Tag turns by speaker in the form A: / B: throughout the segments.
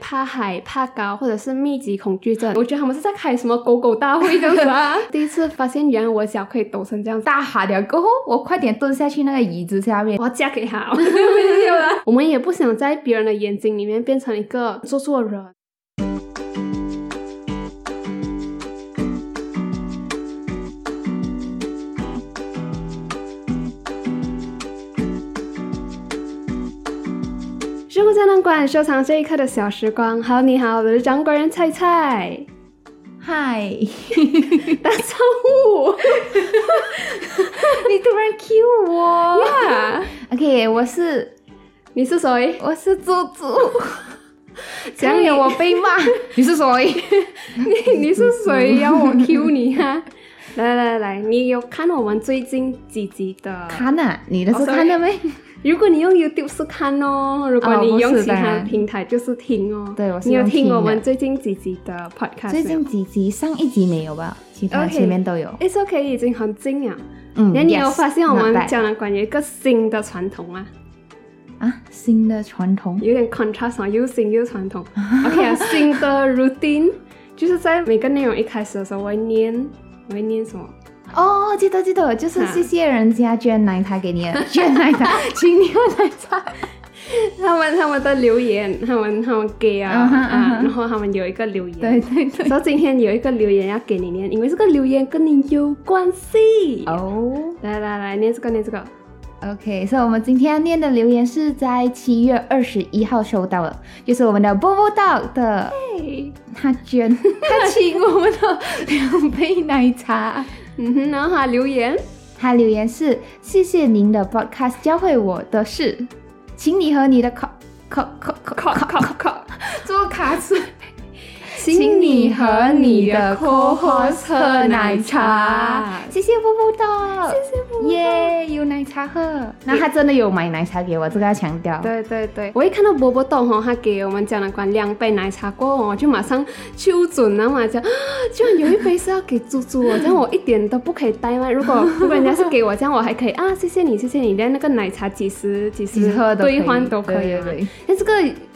A: 怕海、怕高或者是密集恐惧症，我觉得他们是在开什么狗狗大会这样 子啊！第一次发现原来我脚可以抖成这样子，
B: 大喊了过后，我快点蹲下去那个椅子 下面。
A: 我要嫁给他、哦，没有啦。我们也不想在别人的眼睛里面变成一个做作人。生活胶囊馆收藏这一刻的小时光。Hello，你好，我是掌管人菜菜。
B: 嗨，
A: 打招 呼
B: 你突然 Q 我。
A: 呀，
B: OK，我是
A: 你是 谁？
B: 我是猪 猪，
A: 可
B: 想
A: 以
B: 有我被骂。你 是谁？
A: 你你是谁要 我 Q 你啊？来来来，你有看我们最近几集的？
B: 看啊，你的
A: 哦
B: 是
A: ，sorry
B: 看了没？
A: 如果你用 YouTube 是看哦，如果
B: 哦
A: 你
B: 我
A: 用
B: 是
A: 其他
B: 的
A: 平台就是听哦。
B: 对我是
A: 你有
B: 用听
A: 听我
B: 的
A: 们最近几集的 Podcast？
B: 最近几集，上一集没有吧？其他
A: 啊 OK
B: 前面都有。
A: It's OK，已经很近了。
B: 嗯，
A: 那你有
B: yes，
A: 发现我
B: not
A: 们
B: bad
A: 胶囊馆有一个新的传统吗？
B: 啊新的传统？
A: 有点 contrast 啊，又新又传统。OK 啊，新的 routine 就是在每个内容一开始的时候，我会念，我会念什么？
B: 哦，记得记得，就是
A: 啊
B: 谢谢人家捐奶茶给你 的，捐奶茶，请你喝奶茶。
A: 他们他们的留言，他们他们给 啊、
B: 嗯哼嗯
A: 啊，
B: 哼
A: 然后他们有一个留言，
B: 对对对。
A: 所以今天有一个留言要给你念，因为这个留言跟你有关系。
B: 哦、
A: 来来来，念这个念这个。
B: o k 所以我们今天要念的留言是在七月二十一号收到的，就是我们的波波道的，
A: 嘿
B: 他捐， 他请我们的两杯奶茶。
A: 嗯哼，然后他留言，
B: 他留言是：谢谢您的 podcast 教会我的事，请你和你的 co co co co
A: 靠靠靠，
B: 做卡词。
A: 请你和你的 co-host 喝奶茶
B: 谢谢波波豆，
A: 谢谢波波豆
B: 耶有奶茶喝。那他真的有买奶茶给我，这个要强调。
A: 对对对，我一看到波波豆哦，他给我们讲了管两杯奶茶过后，我就马上揪准了嘛，讲、啊、居然有一杯是要给猪猪哦，这样我一点都不可以怠慢。如果如果人家是给我，这样我还可以啊，谢谢你，谢谢你，连那个奶茶几十几
B: 几
A: 十
B: 喝的
A: 兑换都可以
B: 对
A: 嘛。
B: 对
A: 但这个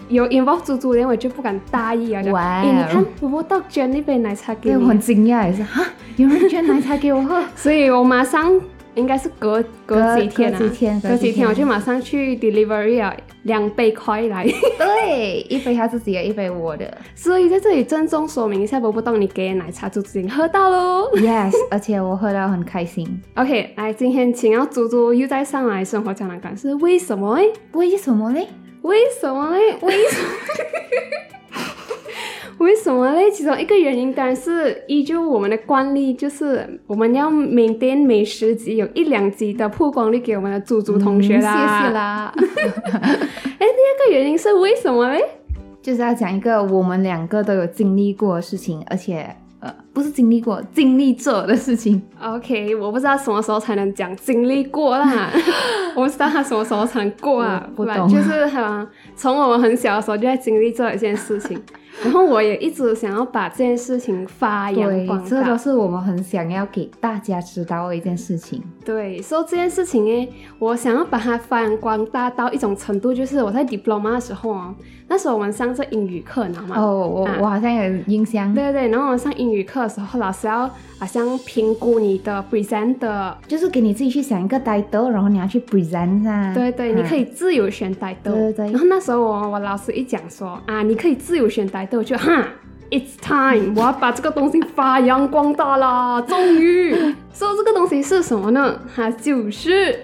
A: 有 involve 猪猪，连我就不敢大意啊。讲
B: 哇
A: 诶你看波波豆捐那杯奶茶
B: 对，
A: 给
B: 对我很
A: 你，
B: 惊讶，也是哈，有人捐奶茶给我喝。
A: 所以我马上应该是隔 隔几天啊，
B: 隔几天
A: 隔几
B: 隔几
A: 天
B: 天
A: 我就马上去 delivery 啊，两杯快来。
B: 对，一杯他自己的，一杯我的。
A: 所以在这里郑重说明一下，波波豆，你给的奶茶猪猪已经喝到喽。
B: Yes，而且我喝到很开心。
A: OK，来，今天请到猪猪又再上来生活胶囊馆，是为什么诶？
B: 为什么呢？
A: 为什么嘞？为什么？ 为什么嘞？其中一个原因当然是依旧我们的惯例，就是我们要 maintain 每十集有一两集的曝光率给我们的猪猪同学啦。
B: 嗯谢谢。啦。
A: 哎，第二个原因是为什么嘞？
B: 就是要讲一个我们两个都有经历过的事情，而且呃，不是经历过，经历着的事情。
A: OK，我不知道什么时候才能讲经历过 啦，我不知道他什么时候才能过啊，
B: 我不
A: 吧
B: 懂
A: 就是好像从我们很小的时候就在经历这一件事 情，然后我也一直想要把这件事情发扬
B: 对
A: 光，
B: 这都
A: 大。
B: 是我们很想要给大家知道的一件事情。
A: 对，所、以这件事情诶，我想要把它发扬光大到一种程度，就是我在 diploma 的时候哦，那时候我们上这英语课，你知道吗？
B: 哦，我、
A: 啊
B: 我好像有印象，
A: 对对对，然后我们上英语课的时候，老师要好像评估你的 present 的
B: 就是给你自己去想一个 title，然后你要去 present 啊。
A: 对对，
B: 啊
A: 你可以自由选 title。
B: 嗯对对对
A: 然后那时候我我老师一讲说啊，你可以自由选 title，我就哈。It's time，我要把这个东西发扬光大啦！终于， 说、这个东西是什么呢？它就是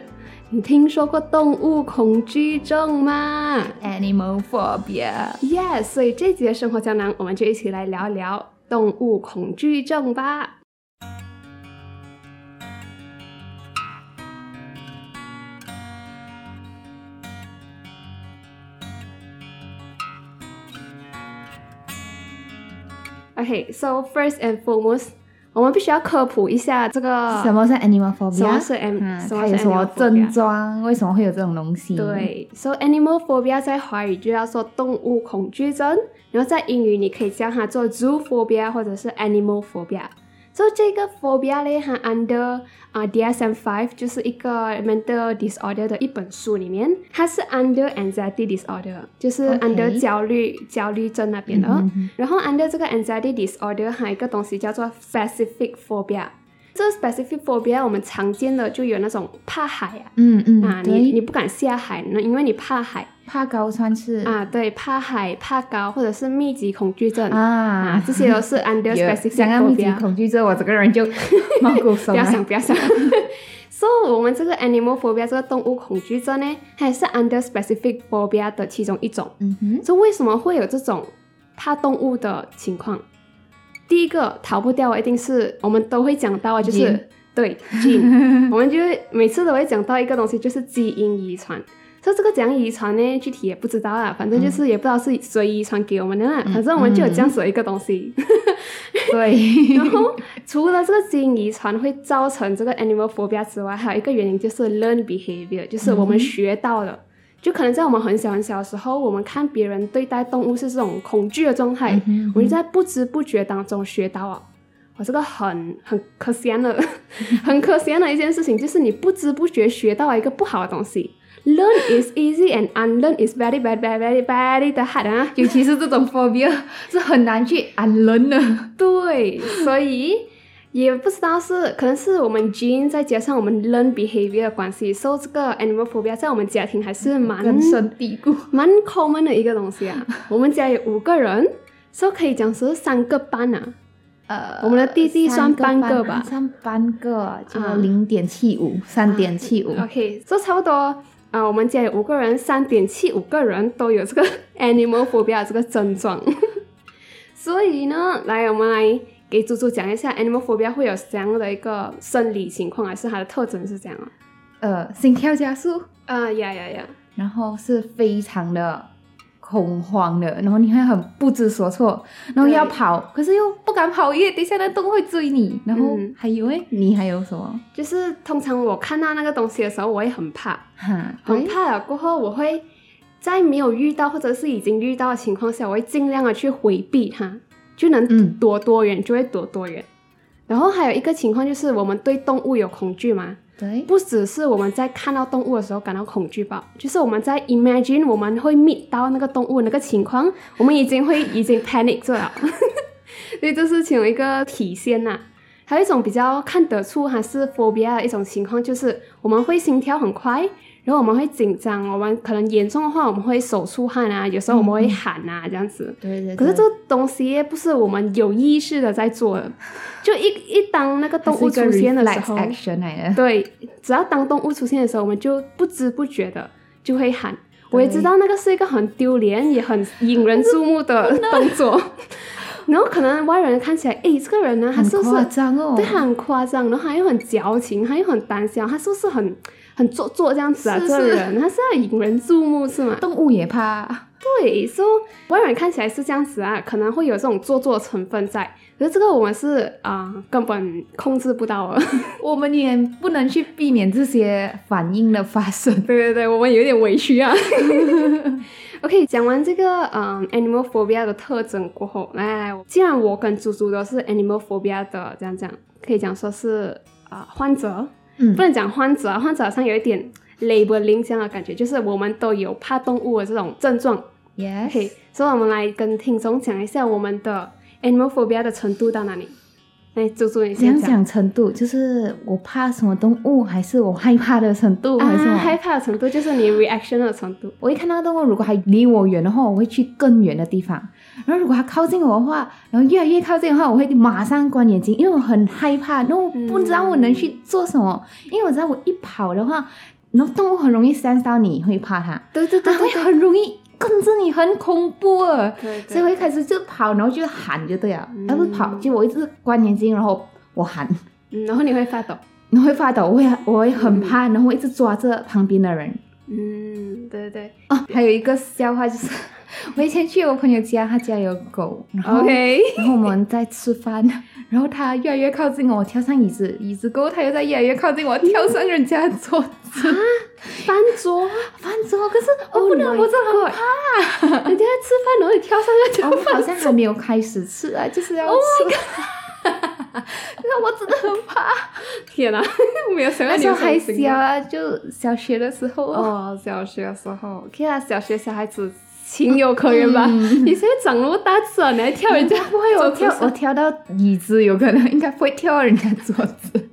A: 你听说过动物恐惧症吗
B: animal phobia。
A: ？Yes，所以这集的生活胶囊，我们就一起来聊一聊动物恐惧症吧。OK，so、first and foremost，我们必须要科普一下这个
B: 什么是 animal phobia？
A: 什么是 an-
B: 嗯
A: 什么是
B: 它有什么
A: animal phobia？
B: 症状？为什么会有这种东西？，
A: 对，so animal phobia 在华语就叫做动物恐惧症，然后在英语你可以叫它做 zoo phobia 或者是 animal phobia。所以这个 phobia 呢，它 under 啊、DSM five 就是一个 mental disorder 的一本书里面，它是 under anxiety disorder，就是
B: OK
A: under 焦虑焦虑症那边的。
B: 嗯哼哼
A: 然后 under 这个 anxiety disorder 还有一个东西叫做 specific phobia。这个 specific phobia 我们常见的就有那种怕海啊，
B: 嗯
A: 啊
B: 嗯，，
A: 你你
B: 对，
A: 不敢下海呢，因为你怕海
B: 怕高算是
A: 啊，对，怕海、怕高或者是密集恐惧症啊
B: 啊
A: 这些都是 under
B: 有
A: specific
B: 想要密集
A: phobia。
B: 恐惧症，我整个 人就毛骨悚
A: 不要想，
B: 然。
A: 不要想。so 我们这个 animal phobia 这个动物恐惧症呢，它也是 under specific phobia 的其中一种。
B: 嗯 哼，
A: 所以为什么会有这种怕动物的情况？第一个逃不掉，一定是我们都会讲到啊，就是
B: Gene
A: 对基 因，我们就会每次都会讲到一个东西，就是基因遗传。所以这个讲遗传呢，具体也不知道啦，反正就是也不知道是谁遗传给我们的啦，
B: 嗯
A: 反正我们就有这样子的一个东西。
B: 对，
A: 然后除了这个基因遗传会造成这个 animal phobia 之外，还有一个原因就是 learn behavior，就是我们学到的。就可能在我们很小很小的时候，我们看别人对待动物是这种恐惧的状态，
B: 嗯哼嗯哼
A: 我们就在不知不觉当中学到啊，我这个很很可惜的，很可惜的一件事情，就是你不知不觉学到了一个不好的东西。Learn is easy and unlearn is very very very very very 的 hard 啊。
B: 尤其是这种 phobia 是很难去 unlearn
A: 嗯
B: 的。
A: 对，所以也不知道是可能是我们 gene 再加上我们 learn behavior 的关系，受这个 animal phobia 在我们家庭还是蛮
B: 根深蒂固，
A: 蛮 common 的一个东西啊。我们家有五个人，所以可以讲是三个班啊。
B: 呃
A: 我们的弟弟算
B: 三个
A: 半
B: 半
A: 个吧
B: 算半个啊，就
A: 啊
B: 零点七五、三点七五，
A: OK，所以差不多啊、我们家有五个人，三点七五个人都有这个 animal phobia 这个症状。 所以呢，来我们来给猪猪讲一下 animal phobia 会有怎样的一个生理情况，还是它的特征是怎样啊？
B: 呃，心跳加速，
A: 啊呀呀呀！
B: 然后是非常的恐慌的，然后你会很不知所措，然后
A: 对
B: 要跑，可是又不敢跑，因为等一下那动物会追你。然后
A: 嗯
B: 还有诶，你还有什么？
A: 就是通常我看到那个东西的时候，我会很怕，
B: 哈，
A: 很
B: 对，
A: 怕了过后，我会在没有遇到或者是已经遇到的情况下，我会尽量的去回避它，就能
B: 嗯
A: 躲多远就会躲多远。然后还有一个情况就是，我们对动物有恐惧嘛，
B: 对，
A: 不只是我们在看到动物的时候感到恐惧吧，就是我们在 imagine 我们会 meet 到那个动物那个情况，我们已经会已经 panic 住了， 所以这是其中一个体现呐、还有一种比较看得出还是 phobia 的一种情况，就是我们会心跳很快，然后我们会紧张，我们可能严重的话我们会手出汗啊，有时候我们会喊啊这样子。
B: 对对。
A: 可是
B: 对
A: 这个东西不是我们有意识的在做的，就一一当那个动
B: 它是
A: 物
B: 一
A: 出
B: 个
A: 现的
B: reflex
A: 时候，
B: action 来 的，
A: 对，只要当动物出现的时候，我们就不知不觉的就会喊。我也知道那个是一个很丢脸也很引人注目的动 作，然后可能外人看起来，诶，这个人呢，他
B: 很
A: 是不
B: 夸
A: 是
B: 张哦。
A: 对他很夸张，然后他又很矫情，他又很胆小，他是不是很很做作这样子啊？
B: 是
A: 这个
B: 是
A: 人他是要引人注目是吗？
B: 动物也怕，
A: 对，所、以外人看起来是这样子啊，可能会有这种做作成分在，可是这个我们是啊、根本控制不到了。
B: 我们也不能去避免这些反应的发生。
A: 对对对，我们有点委屈啊。OK，讲完这个嗯 animal phobia 的特征过后，来来来，既然我跟猪猪都是 animal phobia 的，这样讲可以讲说是啊、呃患者，
B: 嗯
A: 不能讲患者啊，患者好像有一点 labeling 这样的感觉，就是我们都有怕动物的这种症状。OK，
B: ，yes，
A: 所以我们来跟听众讲一下我们的 animal phobia 的程度到哪里。来，猪猪你
B: 这
A: 先
B: 样讲程度就是我怕什么动物，还是我害怕的程度，还是什
A: 啊，
B: 么？
A: 害怕的程度就是你 reaction 的程度。
B: 我一看到动物，如果还离我远的话，我会去更远的地方；然后如果它靠近我的话，然后越来越靠近的话，我会马上关眼睛，因为我很害怕，然后我不知道我能去做什么，因为我知道我一跑的话，然后动物很容易 sense 到你会怕它，
A: 对对
B: 它会很容易跟着你，很恐怖啊！
A: 啊对
B: 所以我一开始就跑，然后就喊就对了，
A: 嗯
B: 然后跑，就我一直关眼睛，然后我喊。
A: 嗯，然后你会发抖。
B: 然后会发抖，我会我会很怕，然后我一直抓着旁边的人，
A: 嗯，对对
B: 哦，还有一个笑话就是， 我以前去我朋友家，他家有狗，然后
A: OK
B: 然后我们在吃饭，然后它越来越靠近我，我跳上椅子，椅子过后它又在越来越靠近我，跳上人家的桌 子，
A: 翻 桌，
B: 饭桌，可是我不能
A: Oh my
B: 我真的很怕。
A: 人家在吃饭，然后你跳上去
B: 我
A: 就
B: 们
A: 翻 Oh
B: 好像还没有开始吃啊，就是要吃。那 Oh 我真的很怕。
A: 天哪， 没有想到
B: 那
A: 你
B: 时候
A: 有这
B: 还
A: 种经历
B: 小啊，就小学的时候啊。
A: 哦，小学的时候，OK 啊，小学小孩子情有
B: 哦
A: 可原吧？
B: 嗯
A: 你现在长那么大只啊了，你还跳人家
B: 应该 不会，我
A: 桌子
B: 跳
A: 上
B: 我跳到椅子，有可能应该不会跳到人家桌子。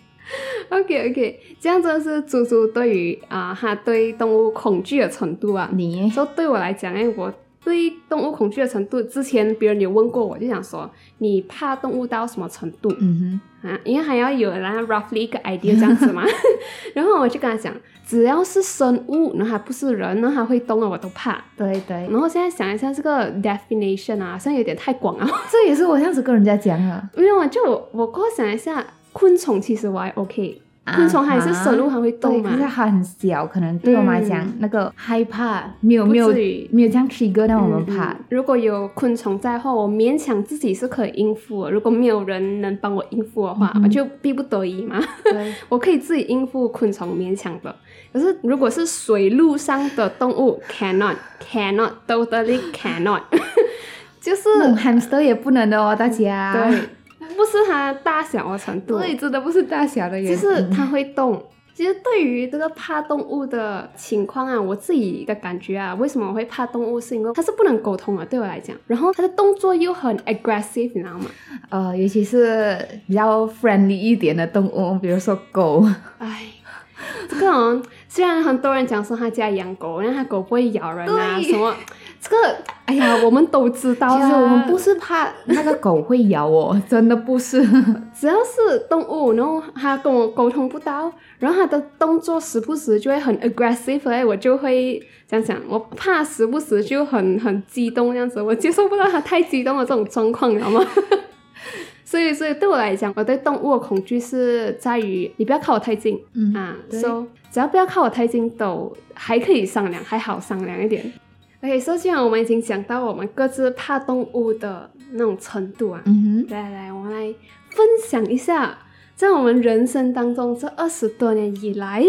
A: OK OK，这样真的是猪猪对于啊、它对动物恐惧的程度啊。
B: 你
A: 所以对我来讲，哎，我对动物恐惧的程度，之前别人有问过我，就想说你怕动物到什么程度
B: 嗯
A: 啊？因为还要有然后 roughly 一个 idea 这样子嘛。 然后我就跟他讲，只要是生物，然后还不是人，然后还会动啊的，我都怕。
B: 哼，对对，
A: 然后现在想一下这个 definition 啊，好像有点太广啊。
B: 这也是我这样子跟人家讲啊。
A: 没有啊，就我我过后想一下，昆虫其实我还 OK，昆虫还是生物，还会
B: 啊对，
A: 动嘛嗯
B: 可是。它很小，可能对我们来讲，那个害怕没有
A: 不
B: 没有
A: 至于
B: 没有这样 trigger 让我们怕。
A: 嗯如果有昆虫在的话，我勉强自己是可以应付的。如果没有人能帮我应付的话，
B: 嗯哼
A: 我就逼不得已嘛。
B: 对，
A: 我可以自己应付昆虫，勉强的。可是如果是水路上的动物，cannot cannot totally cannot，就是
B: 那种 hamster 也不能的哦，大家。
A: 对，啊不是它大小的程度，
B: 对，真的不是大小的原
A: 就
B: 因。
A: 是它会动。其实对于这个怕动物的情况啊，我自己的感觉啊，为什么我会怕动物，是因为它是不能沟通的，对我来讲，然后它的动作又很 aggressive，你知道吗？
B: 呃，尤其是比较 friendly 一点的动物，比如说 狗。
A: 唉，这个哦，虽然很多人讲说他家养狗，然后他狗不会咬人啊，
B: 对
A: 什么，这个，哎呀，我们都知道
B: 其
A: 啦。
B: 实我们不是怕那个狗会咬我，真的 不是。
A: 只要是动物，然后它跟我沟通不到，然后它的动作时不时就会很 aggressive，哎，我就会这样想，我怕时不时就很 很激动这样子，我接受不到它太激动的这种状况，你知道吗？ 所以，所以对我来讲，我对动物的恐惧是在于你不要靠我太近
B: 嗯
A: 啊，
B: 对
A: so, 只要不要靠我太近，都还可以商量，还好商量一点。OK，所、以既然我们已经讲到我们各自怕动物的那种程度啊，
B: 嗯
A: 来来，我们来分享一下，在我们人生当中这二十多年以来，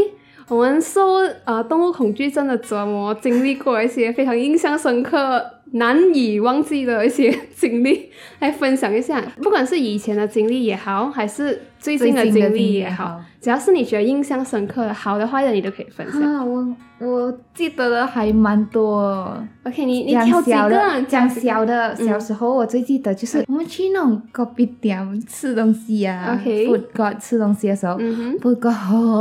A: 我们受呃动物恐惧症的折磨，经历过一些非常印象深刻、难以忘记的一些经历，来分享一下。不管是以前的经历也好，还是最
B: 哼，
A: 近的
B: 最
A: 经
B: 历
A: 历也好，。只要是你觉得印象深刻的，好的坏的，你都可以分享。
B: 啊，我我记得的还蛮多。
A: OK，你你
B: 讲
A: 挑几
B: 小
A: 个啊
B: 的，
A: 你挑
B: 讲
A: 几个
B: 小的，
A: 嗯
B: 小时候我最记得就是我们去那种 c o f 店吃东西啊
A: OK
B: ，food court 吃东西的时候
A: 嗯哼
B: ，food court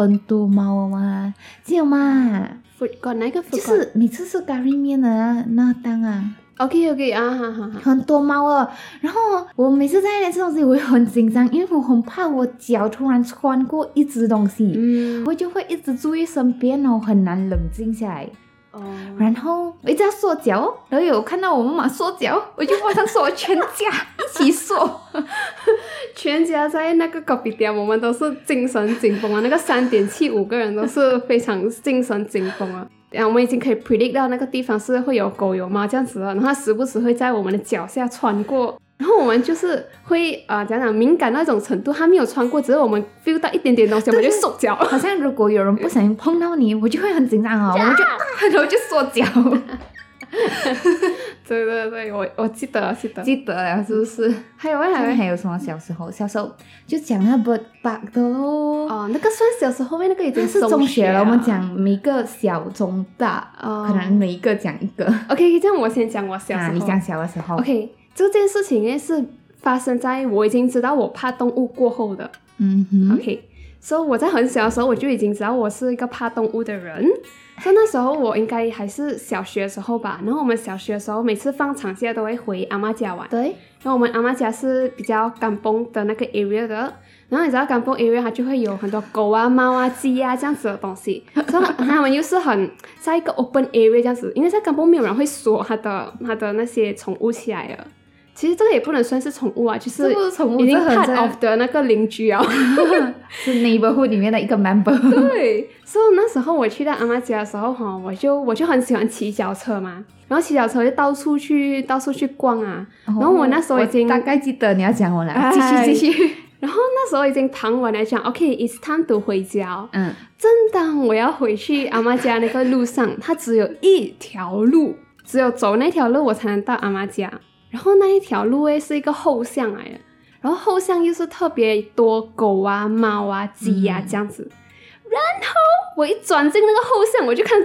B: 很多猫啊嘛，记得吗？
A: ，food god 哪一个 food
B: 啊就
A: god？
B: 是每次吃咖喱面的啊，那当啊，
A: OK OK 啊，好好好，
B: 很多猫哦。然后我每次在那里吃东西，我会很紧张，因为我很怕我脚突然穿过一只东西，
A: 嗯，
B: 我就会一直注意身边哦，很难冷静下来。
A: 哦
B: 然后我一直要缩脚哦，然后有看到我妈妈缩脚，我就马上说我全家一起缩。
A: 全家在那个 coffee 店，我们都是精神紧绷啊！那个三点七五个人都是非常精神紧绷啊。然后我们已经可以 predict 到那个地方是会有狗有猫这样子了，然后它时不时会在我们的脚下穿过，然后我们就是会啊、呃讲讲敏感到一种程度，它没有穿过，只是我们 feel 到一点点东西，我们就手脚。
B: 好像如果有人不小心碰到你，我就会很紧张哦，我就、啊、然后就缩脚。
A: 对对对，我我记得记得。
B: 记得了是不是？
A: 还有还有还
B: 看
A: 有
B: 还有什么小时候？小时候就讲那 bird bug 的喽。
A: 哦，那个算小时候，因为那个已
B: 这
A: 经
B: 是中学了，
A: 了。
B: 我们讲每个小中大，
A: 哦
B: 可能每一个讲一个。
A: OK，这样我先讲我小时候。
B: 啊，你讲小的时候
A: OK，这件事情也是发生在我已经知道我怕动物过后的。
B: 嗯哼，
A: OK，所、以我在很小的时候我就已经知道我是一个怕动物的人。所以那时候我应该还是小学的时候吧。然后我们小学的时候，每次放长假都会回阿妈家玩。
B: 对，
A: 然后我们阿妈家是比较港崩的那个 area 的，然后你知道港崩 area 它就会有很多狗啊、猫啊、鸡啊这样子的东西，所以他们又 是很在一个 open area 这样子，因为在港崩没有人会锁它的它的那些宠物起来了。其实这个也不能算是宠物啊，就是
B: 这不是宠物
A: 已经
B: 这很
A: part
B: 正
A: of 的那个邻居 啊。
B: 是 neighborhood 里面的一个 member。
A: 对，所以那时候我去到阿妈家的时候哈，我就我就很喜欢骑脚车嘛，然后骑脚车就到处去到处去逛啊，然后我那时候已经
B: 大概记得你要讲我了，
A: 哎
B: 继续继续。
A: 然后那时候已经躺完了，讲 OK，it's、time to 回家哦。
B: 嗯，
A: 正当我要回去阿妈家那个路上，它只有一条路，只有走那条路我才能到阿妈家。然后那一条路诶是一个后巷来的，然后后巷又是特别多狗啊、猫啊、鸡呀、
B: 嗯
A: 这样子。然后我一转进那个后巷，我就看，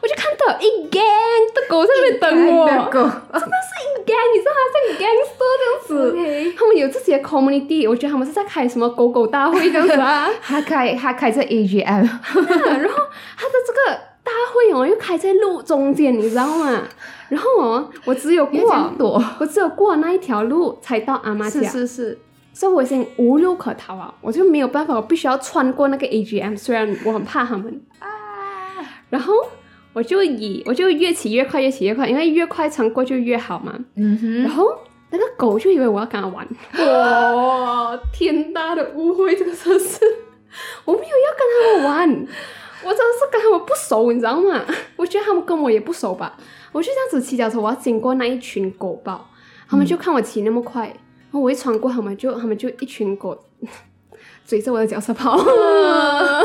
A: 我就看到一 gang 的狗在那边等我，
B: 的狗
A: 真的是一 gang，你知道它像 gangster 这样子。
B: ，OK，
A: 他们有自己的 community，我觉得他们是在开什么狗狗大会这样子啊。
B: 他开他开这 AGM，
A: 然后他的这个大会哦，又开在路中间，你知道吗？然后哦，我只有
B: 你要这
A: 过
B: 样，躲，
A: 我只有过那一条路才到阿妈家，
B: 是是是，
A: 所以我已经无路可逃啊，我就没有办法，我必须要穿过那个 AGM，虽然我很怕他们，
B: 啊，
A: 然后我就以我就越骑越快，越骑越快，因为越快穿过就越好嘛。
B: 嗯
A: 然
B: 哼，
A: 后那个狗就以为我要跟它玩，哇，天大的误会，这个真是，我没有要跟他们玩，我真的是跟他们不熟，你知道吗？我觉得他们跟我也不熟吧，我就这样子骑脚车，我要经过那一群狗吧，他们就看我骑那么快，然后我一穿过他们就，他们就一群狗 追着我的脚车跑。
B: 啊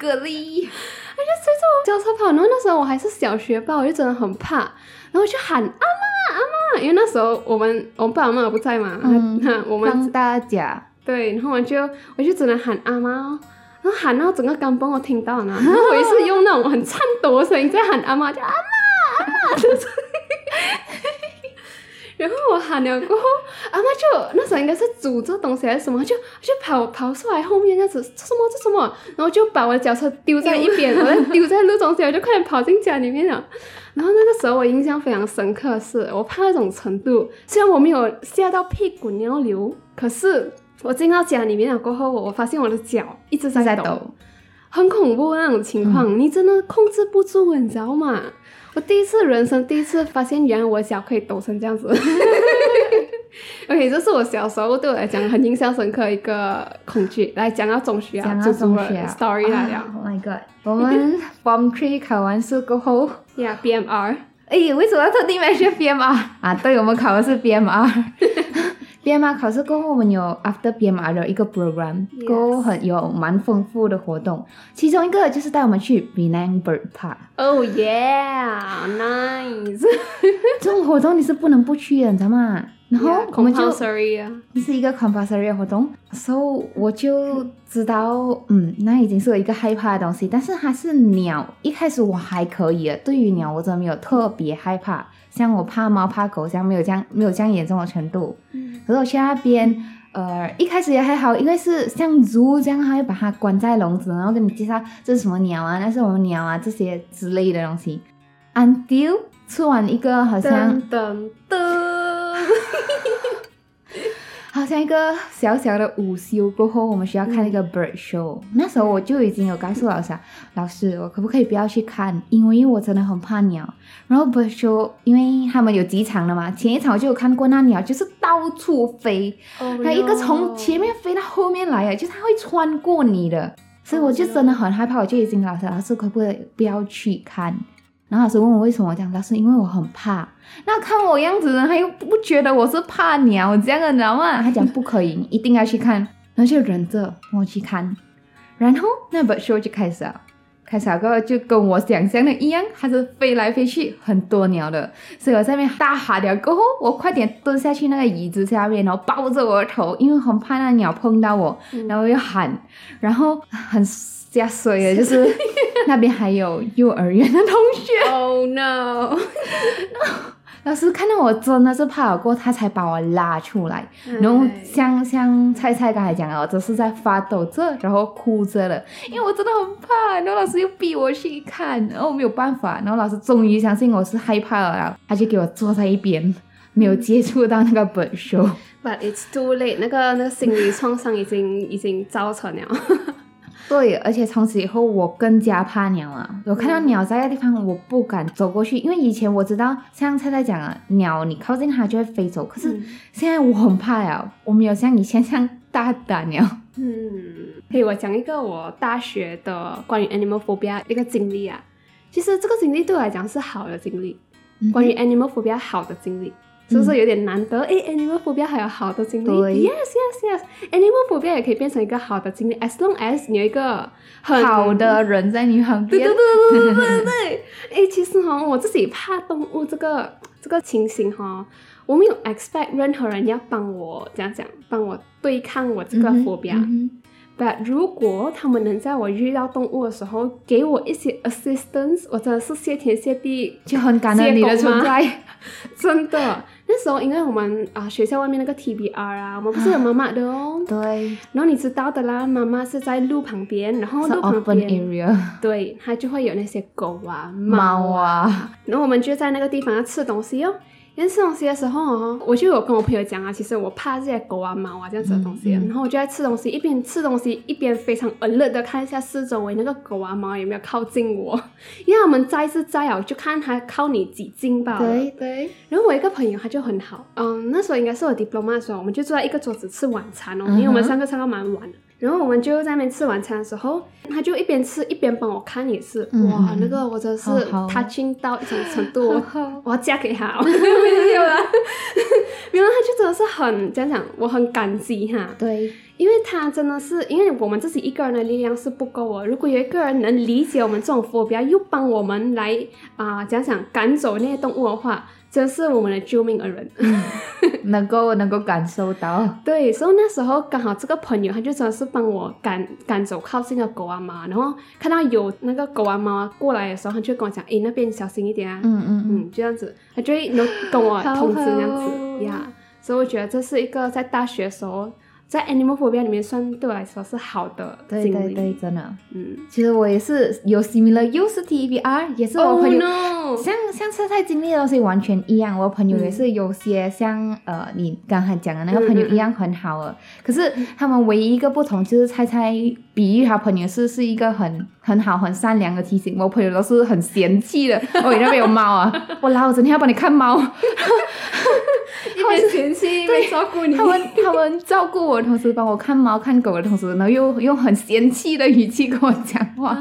B: 蛤蜊，
A: 就追着我脚车跑，然后那时候我还是小学吧，我就真的很怕，然后我就喊阿妈阿妈，因为那时候我们我们爸爸妈妈不在嘛，
B: 嗯
A: 哈 我们
B: 帮大家，
A: 对，然后我就我就只能喊阿妈、哦，然后喊到整个干帮我听到呢， 然后我也是用那种很颤抖的声音在喊阿妈，就阿妈阿妈，然后我喊了过后，阿妈就那时候应该是煮这东西还是什么，就就跑跑出来后面这样子做什么做什么，然后就把我的脚车丢在一边，我 在丢在路中间，我就快点跑进家里面了。然后那个时候我印象非常深刻的是，我怕那种程度，虽然我没有吓到屁滚尿流，可是我进到家里面了过后，我发现我的脚一直
B: 在
A: 在抖，
B: 抖，
A: 很恐怖那种情况，
B: 嗯
A: 你真的控制不住，你知道吗？我第一次人生第一次发现，原来我的脚可以抖成这样子。OK，这是我小时候对我来讲很印象深刻一个恐惧。来讲到中学啊，
B: 讲到中学啊
A: story 来
B: 啊
A: 了
B: ，Oh my god，我们 form three 考完试过后。
A: ，Yeah，BMR，
B: 哎，为什么要特地买学 BMR 啊？对，我们考的是 BMR。BMR 考试过后，我们有 After BMR 的一个 program，
A: Yes
B: 过后很有蛮丰富的活动。其中一个就是带我们去 Penang Bird Park，
A: Oh yeah，nice，
B: 这种活动你是不能不去的，你知道吗？ 然后我们就
A: compulsory 啊，
B: 是一个 compulsory 的活动，所、以我就知道，嗯，那已经是我一个害怕的东西。但是它是鸟，一开始我还可以的，对于鸟我真的没有特别害怕，像我怕猫怕狗这样没有这样没有这样严重的程度。可是我去那边，呃，一开始也还好，因为是像 zoo 这样，它会把它关在笼子，然后跟你介绍这是什么鸟啊，那是什么鸟啊这些之类的东西。Until 吃完一个好像
A: 噔噔 噔，
B: 好像一个小小的午休过后，我们需要看一个 bird show。那时候我就已经有告诉老师啊，老师，我可不可以不要去看？因为我真的很怕鸟。然后 bird show，因为他们有几场了嘛，前一场我就有看过那鸟，就是到处飞，
A: 哎
B: 它一个从前面飞到后面来啊，就是它会穿过你的，所以我就真的很害怕，我就已经老师老师可不可以不要去看？然后老师问我为什么，我讲老师因为我很怕。那看我样子呢，他又不觉得我是怕鸟这样的，你知道吗？ 他讲不可以，你一定要去看，然后就忍着我去看，然后那本书就开始了。开始了过后就跟我想象的一样，它是飞来飞去，很多鸟的。所以我在那边大喊了过后，我快点蹲下去那个椅子下面，然后抱着我的头，因为很怕那鸟碰到我，
A: 嗯
B: 然 后我又喊，然后很下水的，就是那边还有幼儿园的同学，
A: ，Oh no，
B: 老师看到我真的是怕我过，他才把我拉出来。然后
A: 哎
B: 像像菜菜刚才讲的，我只是在发抖着，然后哭着了，因为我真的很怕。然后老师又逼我去看，然后我没有办法。然后老师终于相信我是害怕了啦，他就给我坐在一边，没有接触到那个本书。
A: But it's too late，那个那个心理创伤已经已经造成了。
B: 对，而且从此以后我更加怕鸟了。我看到鸟在那个地方，我不敢走过去，因为以前我知道，像菜菜讲啊，鸟你靠近它就会飞走，可 是
A: 嗯
B: 现在我很怕了，我没有像以前这样大胆了。
A: 嗯，可以，我讲一个我大学的关于 animal phobia 一个经历啊。其实这个经历对我来讲是好的经历，
B: 嗯
A: 关于 animal phobia 好的经历，是不是有点难得？诶 a n i m a l phobia 还有好的经历
B: 对
A: ，yes yes yes，animal phobia 也可以变成一个好的经历，as long as 你有一个很
B: 好的人在你旁
A: 对
B: 边
A: 对，对对对对对。哎，其实哈，我自己怕动物这个这个情形哈，我没有 expect 任何人要帮我这样讲，帮我对抗我这个
B: 嗯哼
A: phobia、
B: 嗯
A: But 如果他们能在我遇到动物的时候给我一些 assistance，我真的是谢天谢地
B: 哼，就很感恩你的存 在。，
A: 真的。那时候因为我们啊、学校外面那个 TBR 啊，我们不是有妈妈的哦
B: 对，
A: 然后你知道的啦，妈妈是在路旁边，然后
B: 是
A: 路旁
B: open
A: 边
B: area，
A: 对它就会有那些狗啊、
B: 猫啊，
A: 然后我们就在那个地方要吃东西哦。连吃东西的时候哦，我就有跟我朋友讲啊，其实我怕这些狗啊、猫啊这样子的东西。
B: 嗯嗯
A: 然后我就在吃东西，一边吃东西一边非常 alert 的看一下四周围那个狗啊、猫有没有靠近我， 因为他们摘是摘啊，就看它靠你几近吧。
B: 对对，
A: 然后我一个朋友他就很好，嗯，那时候应该是我 diploma 的时候，我们就坐在一个桌子吃晚餐哦，
B: 嗯哼
A: 因为我们上课上到蛮晚的。然后我们就在那边吃晚餐的时候，他就一边吃一边帮我看，也是、
B: 嗯
A: 哇，那个我真的是
B: 好好
A: touching 到一种程度， 我
B: 好
A: 我要嫁给 他、哦， 没有没有啦，没有啦，他就真的是很讲讲，我很感激哈，
B: 对，
A: 因为他真的是因为我们自己一个人的力量是不够的，哦如果有一个人能理解我们这种 phobia，又帮我们来啊、讲讲赶走那些动物的话，真是我们的救命恩人。
B: 能够能够感受到，
A: 对，所以那时候刚好这个朋友他就真的是帮我赶赶走靠近的狗啊猫，然后看到有那个狗啊猫啊过来的时候，他就跟我讲，诶，那边小心一点啊，
B: 嗯嗯嗯，
A: 嗯，就这样子，他就会能跟我
B: 好
A: 通知这样
B: 好
A: 子呀。所以我觉得这是一个在大学的时候，在 animal phobia 里面算对我来说是好的经
B: 对
A: 历。
B: 对对，真的。
A: 嗯。
B: 其实我也是有 similar，又是 TBR，也是我
A: 哦
B: 朋友。
A: no！
B: 像像吃菜经历的东西完全一样，我朋友
A: 嗯
B: 也是有些像、呃你刚才讲的那个朋友一样很好的，可是他们唯一一个不同就是菜菜比喻他朋友是是一个很很好很善良的提醒，我朋友都是很嫌弃的。 哦，你那边有猫啊？我老整天要帮你看猫，
A: 一边嫌弃一边照顾你，
B: 他们 他们照顾我，同时帮我看猫看狗的同时，然后又用很嫌弃的语气跟我讲话。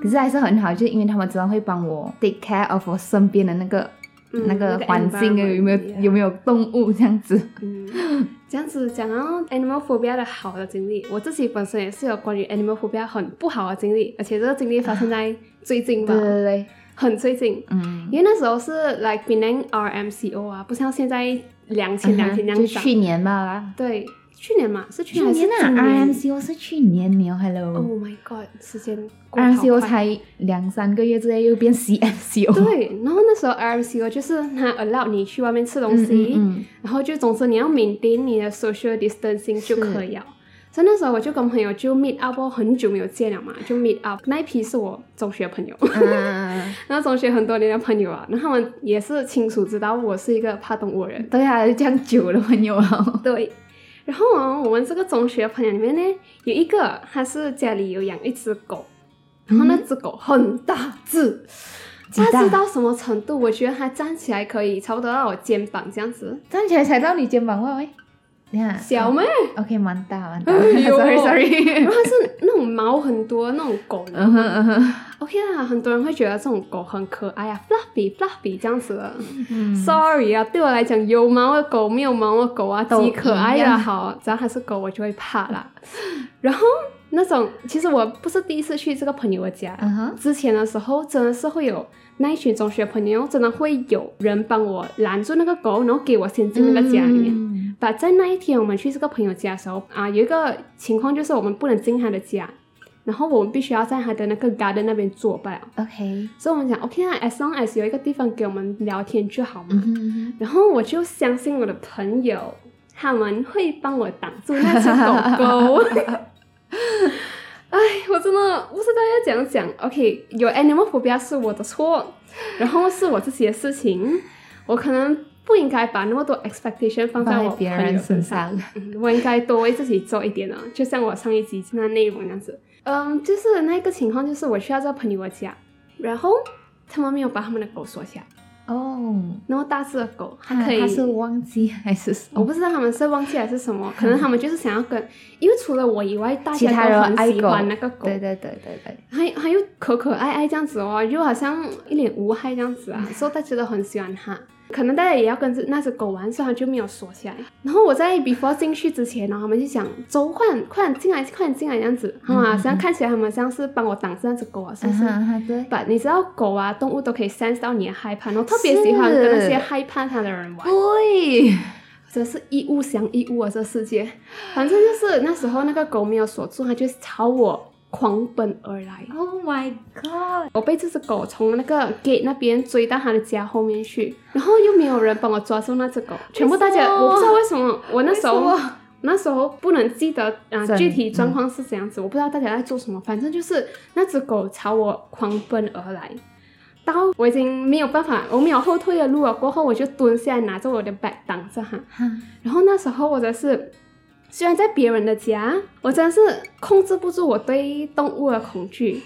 B: 可是还是很好，就是因为他们真的会帮我 take care of 我身边的那个、
A: 嗯
B: 那个环境啊，有没有有没
A: 有？
B: 有动物这 样子。
A: 嗯，这样子讲到 animal phobia 的好的经历，我自己本身也是有关于 animal phobia 很不好的经历，而且这个经历发生在最近吧
B: 对，对对，
A: 很最近。
B: 嗯，
A: 因为那时候是 like Penang RMCO 啊，不像现在两千两千那
B: 嗯啊就
A: 样涨。
B: 去年吧啦。
A: 对，去年嘛，是去
B: 去
A: 年还是
B: 年
A: 今
B: 啊
A: 年
B: ，RMCO 是去年没有
A: Oh
B: ，Hello。
A: my god，时间过得好
B: RMCO
A: 快
B: 才两三个月之内又变 CMCO，
A: 对，然后那时候 RMCO 就是他 allow 你去外面吃东
B: 嗯
A: 西，
B: 嗯
A: 然后就总之你要 maintain 你的 social distancing
B: 是
A: 就可以了。所以那时候我就跟朋友就 meet up，哦很久没有见了嘛，就 meet up。那一批是我中学朋友，
B: 嗯嗯嗯，
A: 然后中学很多年的朋友啊，然后他们也是清楚知道我是一个怕动物的人
B: 嗯，对啊，这样久了朋友啊，
A: 对。然后啊，我们这个中学朋友里面呢，有一个他是家里有养一只狗，然后那只狗很大只，
B: 几大
A: 大只到什么程度？我觉得它站起来可以差不多到我肩膀这样子，
B: 站起来踩到你肩膀外，喂，你看，
A: 小妹。
B: 哦 OK，蛮大蛮大。
A: 哎 呦
B: sorry sorry
A: 然 后。它是那种毛很多那种狗
B: 嗯哼嗯哼
A: ，OK 啦，很多人会觉得这种狗很可爱啊，fluffy fluffy 这样子的。
B: 嗯
A: Sorry 啊，对我来讲，有毛的狗、没有毛的狗啊，
B: 都
A: 极可爱
B: 一
A: 啦。
B: 样
A: 好，只要它是狗，我就会怕啦。然后那种，其实我不是第一次去这个朋友的家，
B: 嗯哼，
A: 之前的时候真的是会有那一群中学朋友，真的会有人帮我拦住那个狗，然后给我先进那个家里面。
B: 面。
A: 把在那一天我们去这个朋友家的时候啊，有一个情况就是我们不能进他的家，然后我们必须要在他的那个 garden 那边作伴。啊
B: OK，
A: 所以我们讲 OK 啊，as long as 有一个地方给我们聊天就好嘛。
B: 嗯哼嗯
A: 然后我就相信我的朋友，他们会帮我挡住那只狗狗。 哎，我真的不知道要怎样讲。OK，有 animal phobia 是我的错，然后是我自己的事情，我可能不应该把那么多 expectation 放
B: 哼，
A: 在
B: 放
A: 我
B: 在别
A: 朋
B: 人
A: 友
B: 身
A: 上。
B: 上。
A: 嗯我应该多为自己做一点啊，就像我上一集那内容那样子。嗯，就是那个情况，就是我去到这个朋友的家，然后他们没有把他们的狗锁起来，
B: 哦，
A: 然后大只的狗它
B: 他哦
A: 可以，
B: 他哎是忘记还是什
A: 我
B: 么？
A: 不知道他们是忘记还是什 么，可能他们就是想要跟，因为除了我以外，大
B: 其他
A: 家
B: 人
A: 都很
B: 爱
A: 喜
B: 狗
A: 欢那个狗，
B: 对对对对对，
A: 还还 有可可爱爱这样子哦，又好像一脸无害这样子啊，所以大家都很喜欢它。可能大家也要跟着那只狗玩，所以它就没有锁起来。然后我在 before 进去之前，然后他们就讲走，快点，快点进来，快点进来这样子，好嘛，
B: 嗯
A: 这样看起来他们像是帮我挡着那只狗啊，是不是？
B: 啊哈，对。
A: 把你知道狗啊，动物都可以 sense 到你的害怕，然后特别
B: 是
A: 喜欢跟那些害怕它的人玩，
B: 对，
A: 真是一物降一物啊！这世界，反正就是那时候那个狗没有锁住，它就朝我狂奔而来。
B: Oh my god！
A: 我被这只狗从那个 gate 那边追到它的家后面去，然后又没有人帮我抓住那只狗，全部大
B: 为什
A: 家
B: 么
A: 我不知道为什么，我那时
B: 为
A: 候
B: 什么
A: 那时候不能记得啊、
B: 真
A: 具体状况是怎样子，我不知道大家在做什么，反正就是那只狗朝我狂奔而来。到我已经没有办法，我没有后退的路了。过后，我就蹲下来，拿着我的 bag 挡着它。
B: 哈
A: 然后那时候我真是，虽然在别人的家，我真是控制不住我对动物的恐惧，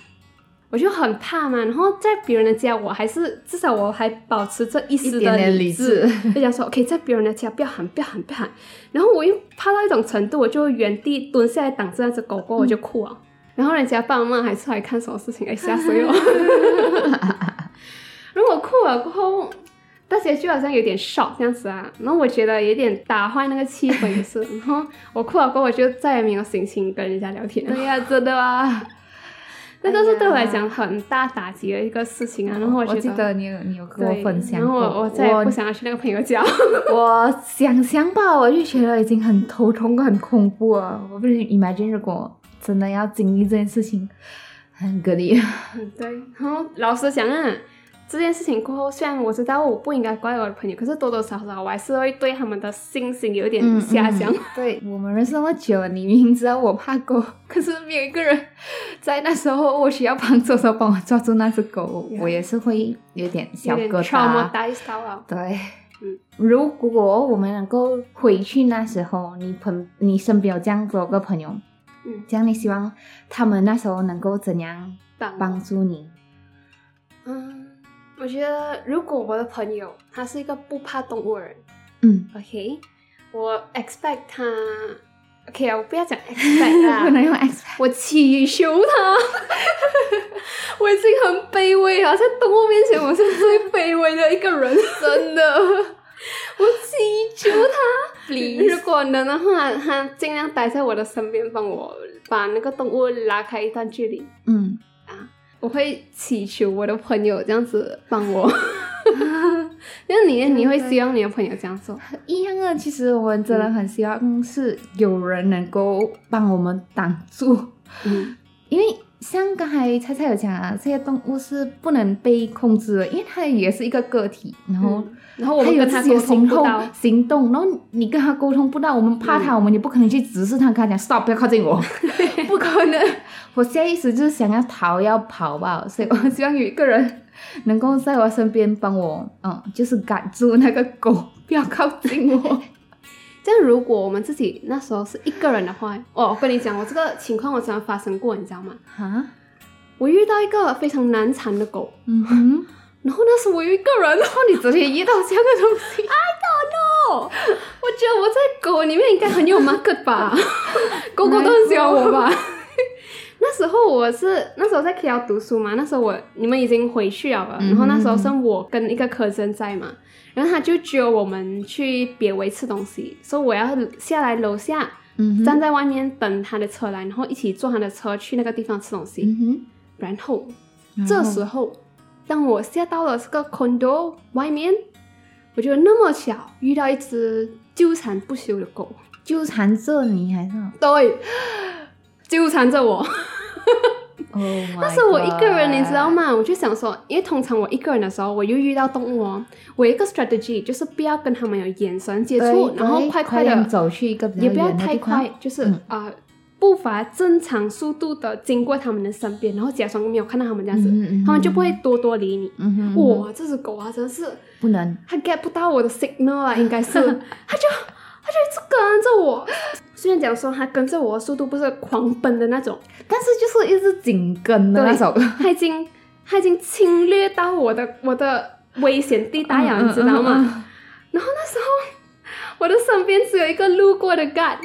A: 我就很怕嘛。然后在别人的家，我还是至少我还保持着一丝
B: 一点
A: 的
B: 点
A: 理
B: 理
A: 智
B: 智，
A: 就想说 OK，在别人的家不要喊，不要喊，不要喊。然后我又怕到一种程度，我就原地蹲下来挡着那只狗
B: 嗯
A: 狗，我就哭了。啊然后人家爸妈还出来看什么事情， 哎，吓死 我！如果哭了过后，大家就好像有点 shock 这样子啊，然后我觉得有点打坏那个气氛也 是。然后我哭了过后，我就再也没有心情跟人家聊 天了。
B: 对呀、真的啊！
A: 那个是对我来讲很大打击的一个事情啊。然后
B: 哎哦我
A: 觉
B: 记得你有你有跟
A: 对
B: 我分享
A: 然后
B: 过，
A: 我我再也不想要去那个朋友家。
B: 我想想吧，我就觉得已经很头痛、很恐怖了。我不是 imagine 如果真的要经历这件事情，很隔离。
A: 嗯，对。然后老实讲啊，这件事情过后，虽然我知道我不应该怪我的朋友，可是多多少少我还是会对他们的信心有一点下降。
B: 对我们认识那么久，你明明知道啊我怕狗，可是没有一个人在那时候我需要帮助的时候帮我抓住那只 狗
A: Yeah
B: 我也是会有点小
A: 有点
B: 疙
A: t r a u m
B: 瘩
A: a。t i z 到了。
B: 对，
A: 嗯
B: 如果我们能够回去那时候，你朋你身边有这样多个朋友，
A: 嗯，
B: 这样你希望他们那时候能够怎样
A: 棒
B: 帮助你？
A: 嗯，我觉得如果我的朋友他是一个不怕动物的人
B: 嗯，
A: ，OK，我 expect 他，OK 啊，我不要讲 expect
B: 不
A: 啦，
B: 能用 X，
A: 我祈求他， 我已经很卑微啊了，在动物面前我是最卑微的一个人，真的， 我祈求他
B: Please
A: 如果能的话，他尽量待在我的身边，帮我把那个动物拉开一段距离。
B: 嗯，
A: 我会祈求我的朋友这样子帮 我。那你呢你会希望你的朋友这样做？
B: 一样啊。其实我们真的很希望嗯是有人能够帮我们挡住，
A: 嗯，
B: 因为像刚才菜菜有讲啊，这些动物是不能被控制的，因为它也是一个个体，然后、
A: 然嗯后我
B: 他
A: 们
B: 有
A: 跟他
B: 自己
A: 沟
B: 的
A: 通
B: 行
A: 不到
B: 动，行动，然后你跟他沟通不到，我们怕他，我们也不可能去指示他，跟他讲 stop，不要靠近 我，不可能。我下意识就是想要逃，要跑吧，所以 我希望有一个人能够在我身边帮我，嗯，就是赶住那个狗，不要靠近我。
A: 这样，如果我们自己那时候是一个人的话，哦，我跟你讲，我这个情况我真的发生过，你知道吗？
B: 哈，
A: 我遇到一个非常难缠的狗，
B: 啊嗯哼，
A: 然后那时候我有一个人，然后你昨天遇到这样的东 西，I don't know，我觉得我在狗里面应该很有 market 吧，狗狗都很喜欢我吧。 那时候我是那时候在 K L 读书嘛，那时候我你们已经回去了吧，
B: 嗯
A: 然后那时候剩我跟一个科生在嘛，然后他就揪我们去别围吃东西，说我要下来楼下
B: 嗯哼，
A: 站在外面等他的车来，然后一起坐他的车去那个地方吃东西，
B: 嗯
A: 然后
B: 哼，
A: 这时候，当我下到了这个 condo 外面，我就那么巧遇到一只纠缠不休的狗，
B: 纠缠着你还是
A: 对，纠缠着我。
B: ？Oh my
A: 那时候我一个人，你知道
B: God？
A: 吗？我就想说，因为通常我一个人的时候，我又遇到动物哦，我有一个 strategy 就是不要跟它们有眼神接触，
B: 对
A: 然后
B: 对
A: 快
B: 快
A: 的
B: 点走去一个比较
A: 也不要
B: 远的
A: 太
B: 地方
A: 快，就是
B: 嗯
A: 啊、呃步伐正常速度的经过它们的身边，然后假装没有看到它们这样子，
B: 嗯哼
A: 它们就不会
B: 嗯
A: 多多理你。
B: 哼嗯哼，
A: 哇，这只狗啊，真是
B: 不能。
A: 它 get 不到我的 signal 啊，应 该是，它就它就一直跟着我。虽然讲说它跟着我的速度不是狂奔的那种，
B: 但是就是一直紧跟的那种。
A: 它已经它已经侵略到我的我的危险地带了，
B: 嗯
A: 你知道吗？
B: 嗯
A: 然后那时
B: 嗯
A: 候我的身边只有一个路过的 guard，、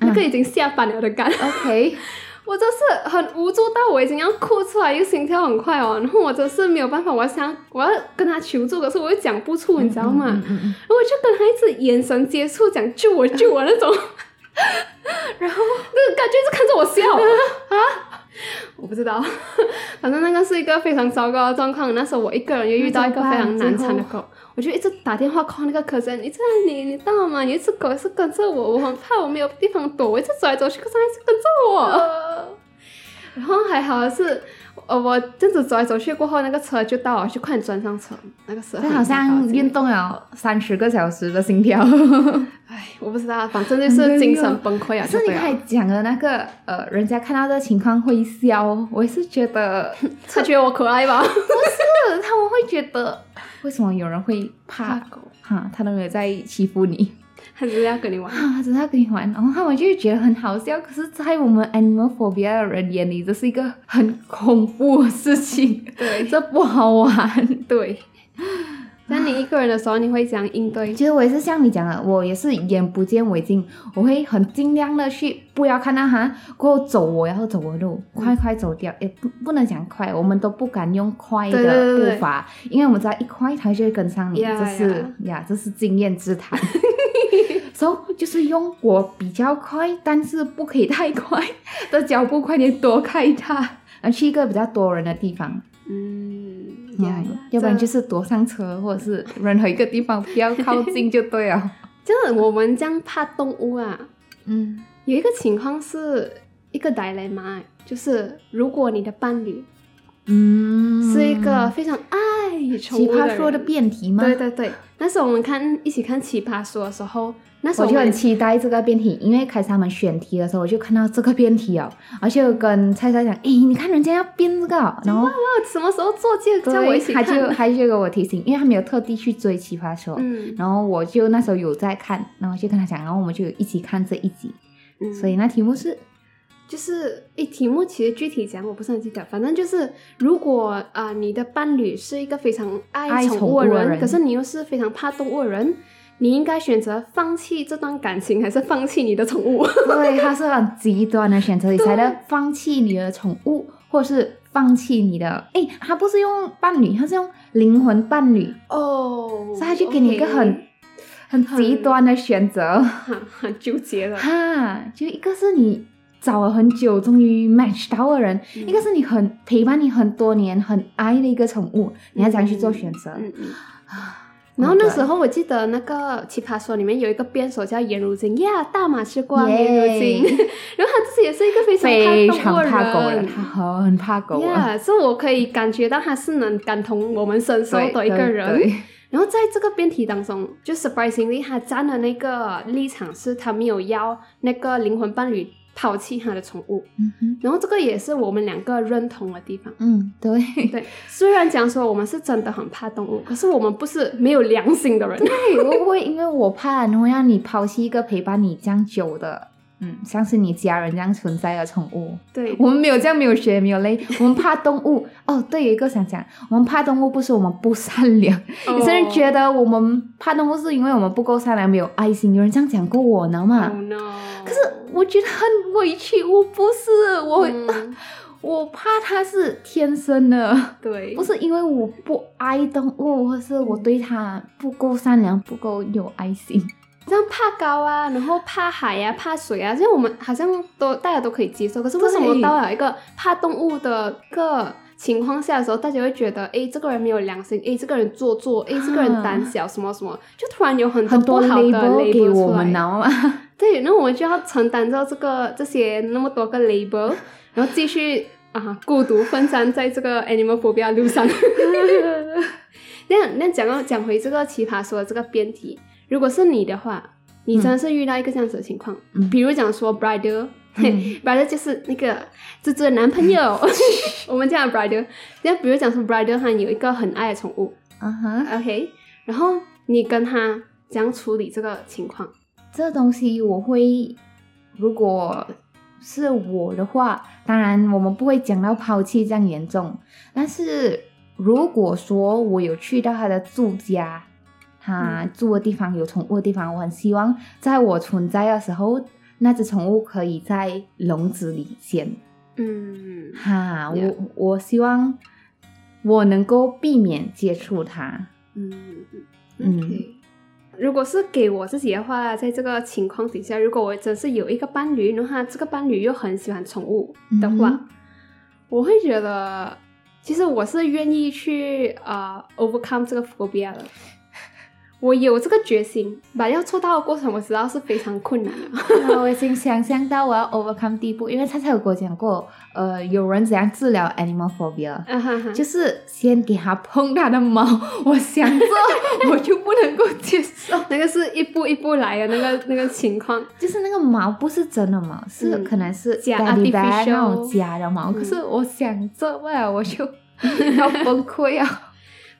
A: 那个已经下班了的 guard，
B: OK，
A: 我真是很无助到我已经要哭出来，又心跳很快哦，然后我真是没有办法，我想我要跟他求助，可是我又讲不出，你知道吗？
B: 嗯嗯嗯
A: 然后我就跟他一直眼神接触，讲救我救我 那种，然后那个感觉一直看着我 笑啊，我不知道，反正那个是一个非常糟糕的状况。那时候我一个人又遇到一个非常难缠的狗，我就一直打电话 call 那个客人，你这样你你到吗？有一只狗是跟着我，我很怕，我没有地方躲，我一直走来走去，可是它一直跟着
B: 嗯
A: 我。
B: 哦
A: 然后还好是，呃，我这样子走来走去过后，那个车就到了，我就快点钻上车。那个时候
B: 这
A: 很
B: 好像
A: 糟糕
B: 运动了三十个小时的心 跳。
A: 唉，我不知道，反正就是精神崩溃啊！
B: 是你
A: 看，
B: 开讲的那个呃，人家看到的情况会笑，我是觉 得不
A: 他觉得我可爱吧？
B: 是，他们会觉得为什么有人会怕
A: 狗
B: 哈？他都没有在欺负你
A: 还是要跟你玩？
B: 啊，只是要跟你玩，然后他们就会觉得很好笑。可是，在我们 animal phobia 的人眼里，这是一个很恐怖的事情，
A: 对
B: 这不好玩。
A: 对。那你一个人的时候，你会怎样应对？
B: 其实我也是像你讲的，我也是眼不见为净，我会很尽量的去不要看到他，过后走我要走的路，
A: 嗯
B: 快快走掉，也不不能讲快，我们都不敢用快
A: 对对
B: 的
A: 对对
B: 步伐，因为我们知道一快他就会跟上你
A: Yeah，
B: 这是呀，这是经验 之谈。so 就是用我比较快，但是不可以太快的脚步，快点躲开他，而去一个比较多人的地方。
A: 嗯，呀
B: 嗯，要不然就是是躲上车，或者是任何一个地方不要靠近就对了。
A: 就是我们这样怕动物啊。
B: 嗯
A: 有一个情况是一个 dilemma，就是如果你的伴侣
B: 嗯，
A: 是一个非常爱宠
B: 奇
A: 物
B: 葩说的
A: 人，
B: 辩题吗？
A: 对对对。那时候我们看一起看《奇葩说》的时候，那时
B: 我
A: 候
B: 就
A: 们
B: 很期待这个辩题，因为开始他们选题的时候，我就看到这个辩题哦，而且我跟蔡蔡讲，诶，你看人家要编这个哦，然后
A: 哇什么时候做记得叫我一起
B: 他
A: 看？
B: 就他就给我提醒，因为他没有特地去追奇葩说，
A: 嗯，
B: 然后我就那时候有在看，然后就跟他讲，然后我们就一起看这一集，
A: 嗯
B: 所以那题目是
A: 就是诶，题目其实具体讲我不是很记得，反正就是如果啊、你的伴侣是一个非常爱
B: 爱
A: 宠
B: 宠
A: 物的
B: 物的
A: 人，
B: 人
A: 可是你又是非常怕动物的人，你应该选择放弃这段感情，还是放弃你的宠物？
B: 对，他是很极端的选择，你才能放弃你的宠物，或是放弃你的，诶，他不是用伴侣，他是用灵魂伴侣。
A: 哦
B: 所以他就给你一个
A: 嗯
B: 很很
A: 很
B: 极端的选择，
A: 很很纠结的，
B: 哈，就一个是你找了很久终于 match 到的人，
A: 嗯
B: 一个是你很陪伴你很多年很爱的一个宠物，你要怎样去做选择？
A: 嗯嗯。
B: 啊
A: 然后那时
B: 候
A: 候我记得那个《奇葩说》里面有一个辩手叫颜如晶，呀、大马吃瓜颜如晶，
B: Yay
A: 然后他自己也是一个非
B: 非
A: 常
B: 常怕狗
A: 的
B: 了，他很怕狗啊
A: Yeah，
B: 了，
A: 所以我可以感觉到他是能感同我们身受
B: 对
A: 的一个
B: 对
A: 人。
B: 对
A: 然后在这个辩题当中，就 surprisingly，他站的那个立场是他没有要那个灵魂伴侣抛弃他的宠物，
B: 嗯哼
A: 然后这个也是我们两个认同的地方。
B: 嗯，对，
A: 对，虽然讲说我们是真的很怕动物，可是我们不是没有良心 的人。
B: 对，我不会因为我怕，然后让你抛弃一个陪伴你这样久的，嗯，像是你家人这样存在的宠物，
A: 对，
B: 我们没有这样，没有血，没有 泪，我们怕动物。哦，对，有一个想讲，我们怕动物不是我们不善良，
A: 哦
B: 有些人觉得我们怕动物是因为我们不够善良，没有爱心。有人这样讲过我呢嘛？
A: Oh no！
B: 可是我觉得很委屈，我不是我，
A: 嗯
B: 我怕它是天生的，
A: 对，
B: 不是因为我不爱动物，或是我对它不够善良，不够有爱心。
A: 这样怕高啊，然后怕海呀、怕水啊，这样我们好像都大家都可以接受。可是为什么
B: 对
A: 到了一个怕动物的一个情况下的时候，大家会觉得，哎，这个人没有良心，哎，这个人做作，哎，这个人胆小，什么什么，就突然有很
B: 很
A: 不
B: 多
A: 好的
B: label 给
A: label
B: 我
A: 出
B: 们，
A: 来。
B: 然后嘛，
A: 对，那我们就要承担着这个这些那么多个 label，然后继续啊孤独奋战在这个 animal phobia 路上。 那那讲到讲回这个奇葩说的这个辩题，如果是你的话，你真的是遇到一个这样子的情况，
B: 嗯
A: 比如讲说 brother，、嘿
B: 嗯
A: brother 就是那个这这男朋 友，我们叫他 brother。那比如讲说 brother 他有一个很爱的宠物
B: 啊哈，
A: ，OK，然后你跟他怎样处理这个情况？
B: 这东西我会，如果是我的话，当然我们不会讲到抛弃这样严重，但是如果说我有去到他的住家，他住的地方有宠物的地方，我很希望在我存在的时候，那只宠物可以在笼子里先，
A: 嗯，
B: 哈，我
A: Yeah
B: 我希望我能够避免接触它。
A: 嗯嗯
B: 嗯
A: 对。如果是给我自己的话，在这个情况底下，如果我真是有一个伴侣，然后他这个伴侣又很喜欢宠物的话，
B: 嗯
A: 我会觉得，其实我是愿意去啊、呃 overcome 这个 phobia 的。我有这个决心，把要做到的过程，我知道是非常困难的。
B: 啊我已经想象到我要 overcome 第一步，因为他才有跟我讲过，呃，有人怎样治疗 animal phobia，、
A: 啊 哈哈
B: 就是先给他碰他的毛。我想着我就不能够接受，
A: 那个是一步一步来的那个那个情况。
B: 就是那个毛不是真的毛，是、
A: 嗯
B: 可能是
A: 假
B: teddy bear
A: artificial
B: 那种假的毛。
A: 嗯
B: 可是我想着，不然我就要崩溃啊！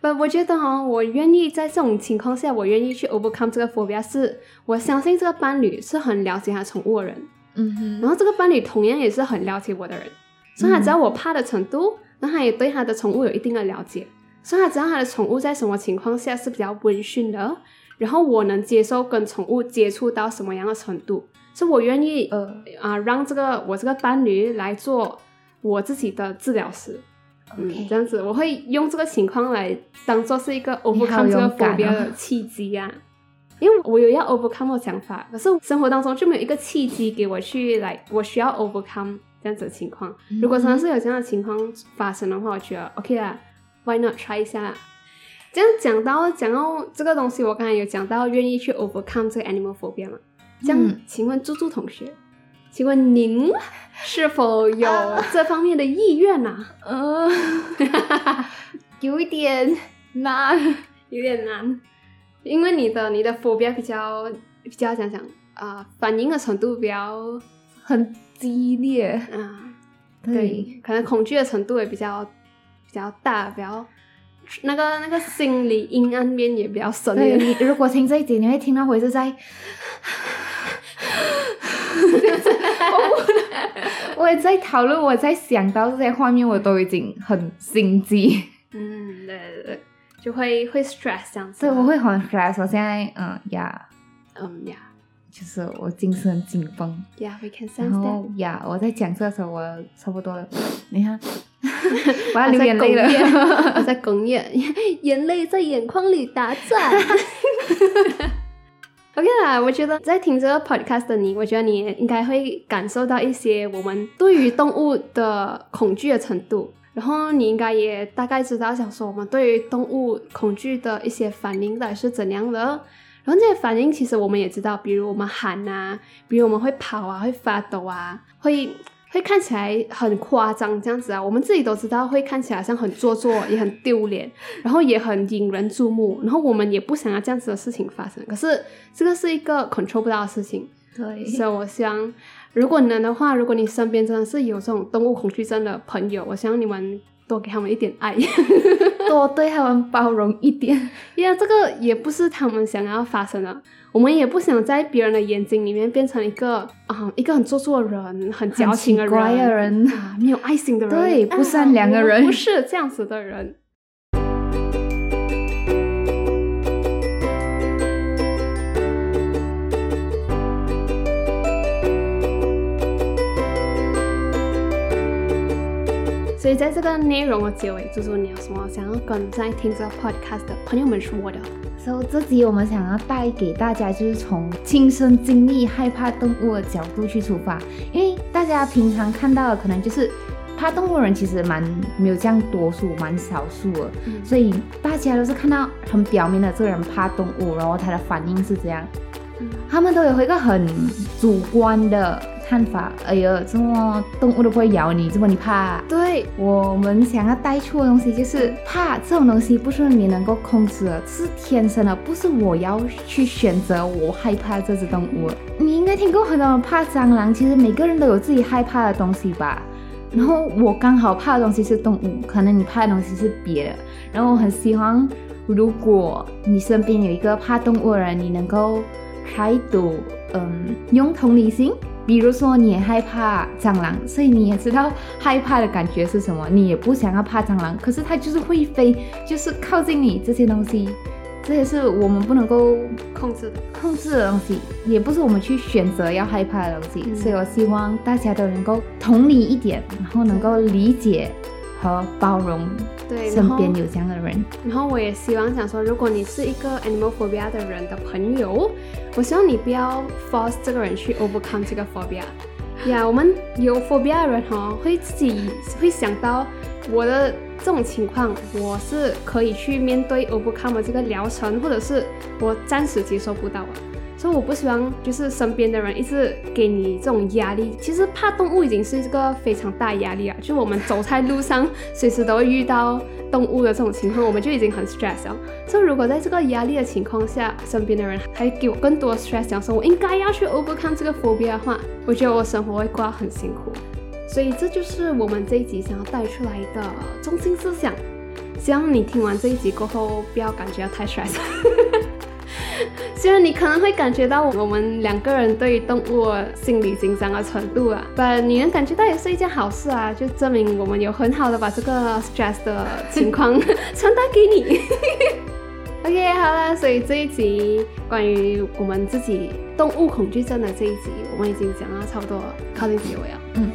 A: 不，我觉得哦，我愿意在这种情况下，我愿意去 overcome 这个 phobia，是我相信这个伴侣是很了解他宠物的人，
B: 嗯哼
A: 然后这个伴侣同样也是很了解我的人，所以他知道我怕的程度，然后他也对他的宠物有一定的了解，所以他知道他的宠物在什么情况下是比较温驯的，然后我能接受跟宠物接触到什么样的程度，所以我愿意呃
B: 呃
A: 啊、让这个我这个伴侣来做我自己的治疗师。嗯，这
B: ，OK，
A: 样子我会用这个情况来当做是一个
B: 你好
A: overcome 这个
B: 勇敢
A: phobia
B: 哦
A: 的契机啊。因为我有要 overcome 的想法，可是生活当中就没有一个契机给我去来，我需要 overcome 这样子的情况。如果真
B: 嗯
A: 的是有这样的情况发生的话，我觉得 OK 啦，Why not try 一下啦？这样讲到讲到这个东西，我刚才有讲到愿意去 overcome 这个 animal phobia 嘛？这样，
B: 嗯
A: 请问猪猪同学，请问您是否有这方面的意愿啊呢、
B: 嗯，有一点难。
A: 有点难，因为你的你的 phobia 比较比较想想啊、反应的程度比较呃啊、
B: 很激烈，嗯
A: 对，可能恐惧的程度也比较比较大，比较那个那个心理阴暗面也比 较深。
B: 对，你如果听这一集，你会听到我一 直在，我也在讨论，我在想到这些画面，我都已经很心 机，
A: 嗯，对对对，就会会 stress 这样子。
B: 所以我会很 stress。我现在，嗯呀
A: 嗯呀
B: 就是我精神紧绷，
A: 呀，we can
B: 然
A: sense
B: 后
A: that。
B: 呀我在讲这的时候，我差不多了，你看， 我要流眼泪
A: 我在 哽 咽，我
B: 了。
A: 在哽咽，眼泪在眼眶里打转。OK 啦，我觉得在听这个 podcast 的你，我觉得你应该会感受到一些我们对于动物的恐惧的程度，然后你应该也大概知道，想说我们对于动物恐惧的一些反应到底是怎样的。然后这些反应其实我们也知道，比如我们喊啊，比如我们会跑啊，会发抖啊，会会看起来很夸张这样子啊，我们自己都知道会看起来像很做作，也很丢脸， 然后也很引人注目，然后我们也不想要这样子的事情发生。可是这个是一个 control 不到的事情，
B: 对
A: 所以我想，如果能的话，如果你身边真的是有这种动物恐惧症的朋友，我希望你们多给他们一点爱。
B: 多对他们包容一点。
A: 因为这个也不是他们想要发生的，我们也不想在别人的眼睛里面变成一个啊、一个很做作的人、很矫情的人、
B: 很奇怪的人
A: 啊，没有爱心的人，
B: 对
A: 啊
B: 不善良的人
A: 我不是这样子的人。所以在这个内容的结尾，猪猪，你有什么想要跟在听这个 podcast 的朋友们说的？
B: 所、以这集我们想要带给大家，就是从亲身经历害怕动物的角度去出发，因为大家平常看到的可能就是怕动物的人其实蛮没有这样多数，蛮少数的，
A: 嗯
B: 所以大家都是看到很表面的这个人怕动物，然后他的反应是怎样，
A: 嗯
B: 他们都有一个很主观的看法。哎呀，这么动物都不会咬你，这么你怕？
A: 对，
B: 我们想要带出的东西就是怕这种东西不是你能够控制的，是天生的，不是我要去选择我害怕这只动物。你应该听过很多人怕蟑螂，其实每个人都有自己害怕的东西吧。然后我刚好怕的东西是动物，可能你怕的东西是别的。然后我很希望，如果你身边有一个怕动物的人，你能够开赌，嗯，用同理心。比如说，你也害怕蟑螂，所以你也知道害怕的感觉是什么，你也不想要怕蟑螂，可是它就是会飞，就是靠近你这些东西，这也是我们不能够
A: 控制的。
B: 控制的东西，也不是我们去选择要害怕的东西。
A: 嗯
B: 所以我希望大家都能够同理一点，然后能够理解和包容
A: 对，然
B: 身
A: 后
B: 边有这样的人。
A: 然后我也希望想说，如果你是一个 animal phobia 的人的朋友，我希望你不要 force 这个人去 overcome 这个 phobia。呀、我们有 phobia 的人哈、会自己会想到我的这种情况，我是可以去面对 overcome 的这个疗程，或者是我暂时接受不到的。所以我不希望就是身边的人一直给你这种压力。其实怕动物已经是一个非常大的压力啊，就我们走在路上， 随时都会遇到动物的这种情况，我们就已经很 stress 了。所以如果在这个压力的情况下，身边的人还给我更多 stress，讲说我应该要去 overcome 这个 phobia 的话，我觉得我生活会过得很辛苦。所以这就是我们这一集想要带出来的中心思想。希望你听完这一集过后，不要感觉到太 stress。虽然你可能会感觉到我们两个人对于动物心理紧张的程度啊，但你能感觉到也是一件好事啊，就证明我们有很好的把这个 stress 的情况传达给你。OK，好啦，所以这一集关于我们自己动物恐惧症的这一集，我们已经讲到差不多靠近结尾了。
B: 嗯，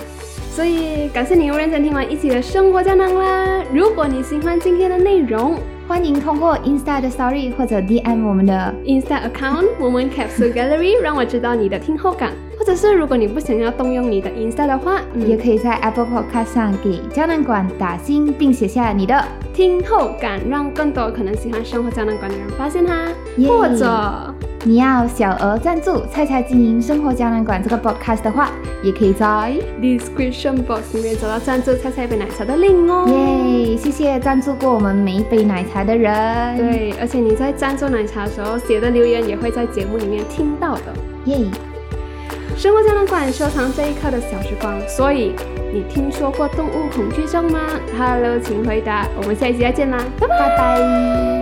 A: 所以感谢你又认真听完一集的生活胶囊啦！如果你喜欢今天的内容，
B: 欢迎通过 Insta 的 Story 或者 DM 我们的
A: Insta account 我们 Capsule Gallery 让我知道你的听后感，或者是如果你不想要动用你的 Insta 的话，嗯
B: 也
A: 也可
B: 可以在 Apple Podcast 上给胶囊馆打星，并写下你的
A: 以听后感让更多可能喜欢生活胶囊馆的人发现它，
B: 耶
A: 或者
B: 你要小额赞助菜菜经营生活胶囊馆这个 podcast 的话，也可以在
A: description box 里面找到赞助菜菜杯奶茶的 link 哦。
B: 耶，谢谢赞助过我们每一杯奶茶的人，，
A: 对，而且你在赞助奶茶的时候写的留言也会在节目里面听到的。
B: 耶，
A: 生活胶囊馆收藏这一刻的小时光，所以你听说过动物恐惧症吗？Hello，请回答，我们下一集再见啦，拜拜。
B: 拜拜。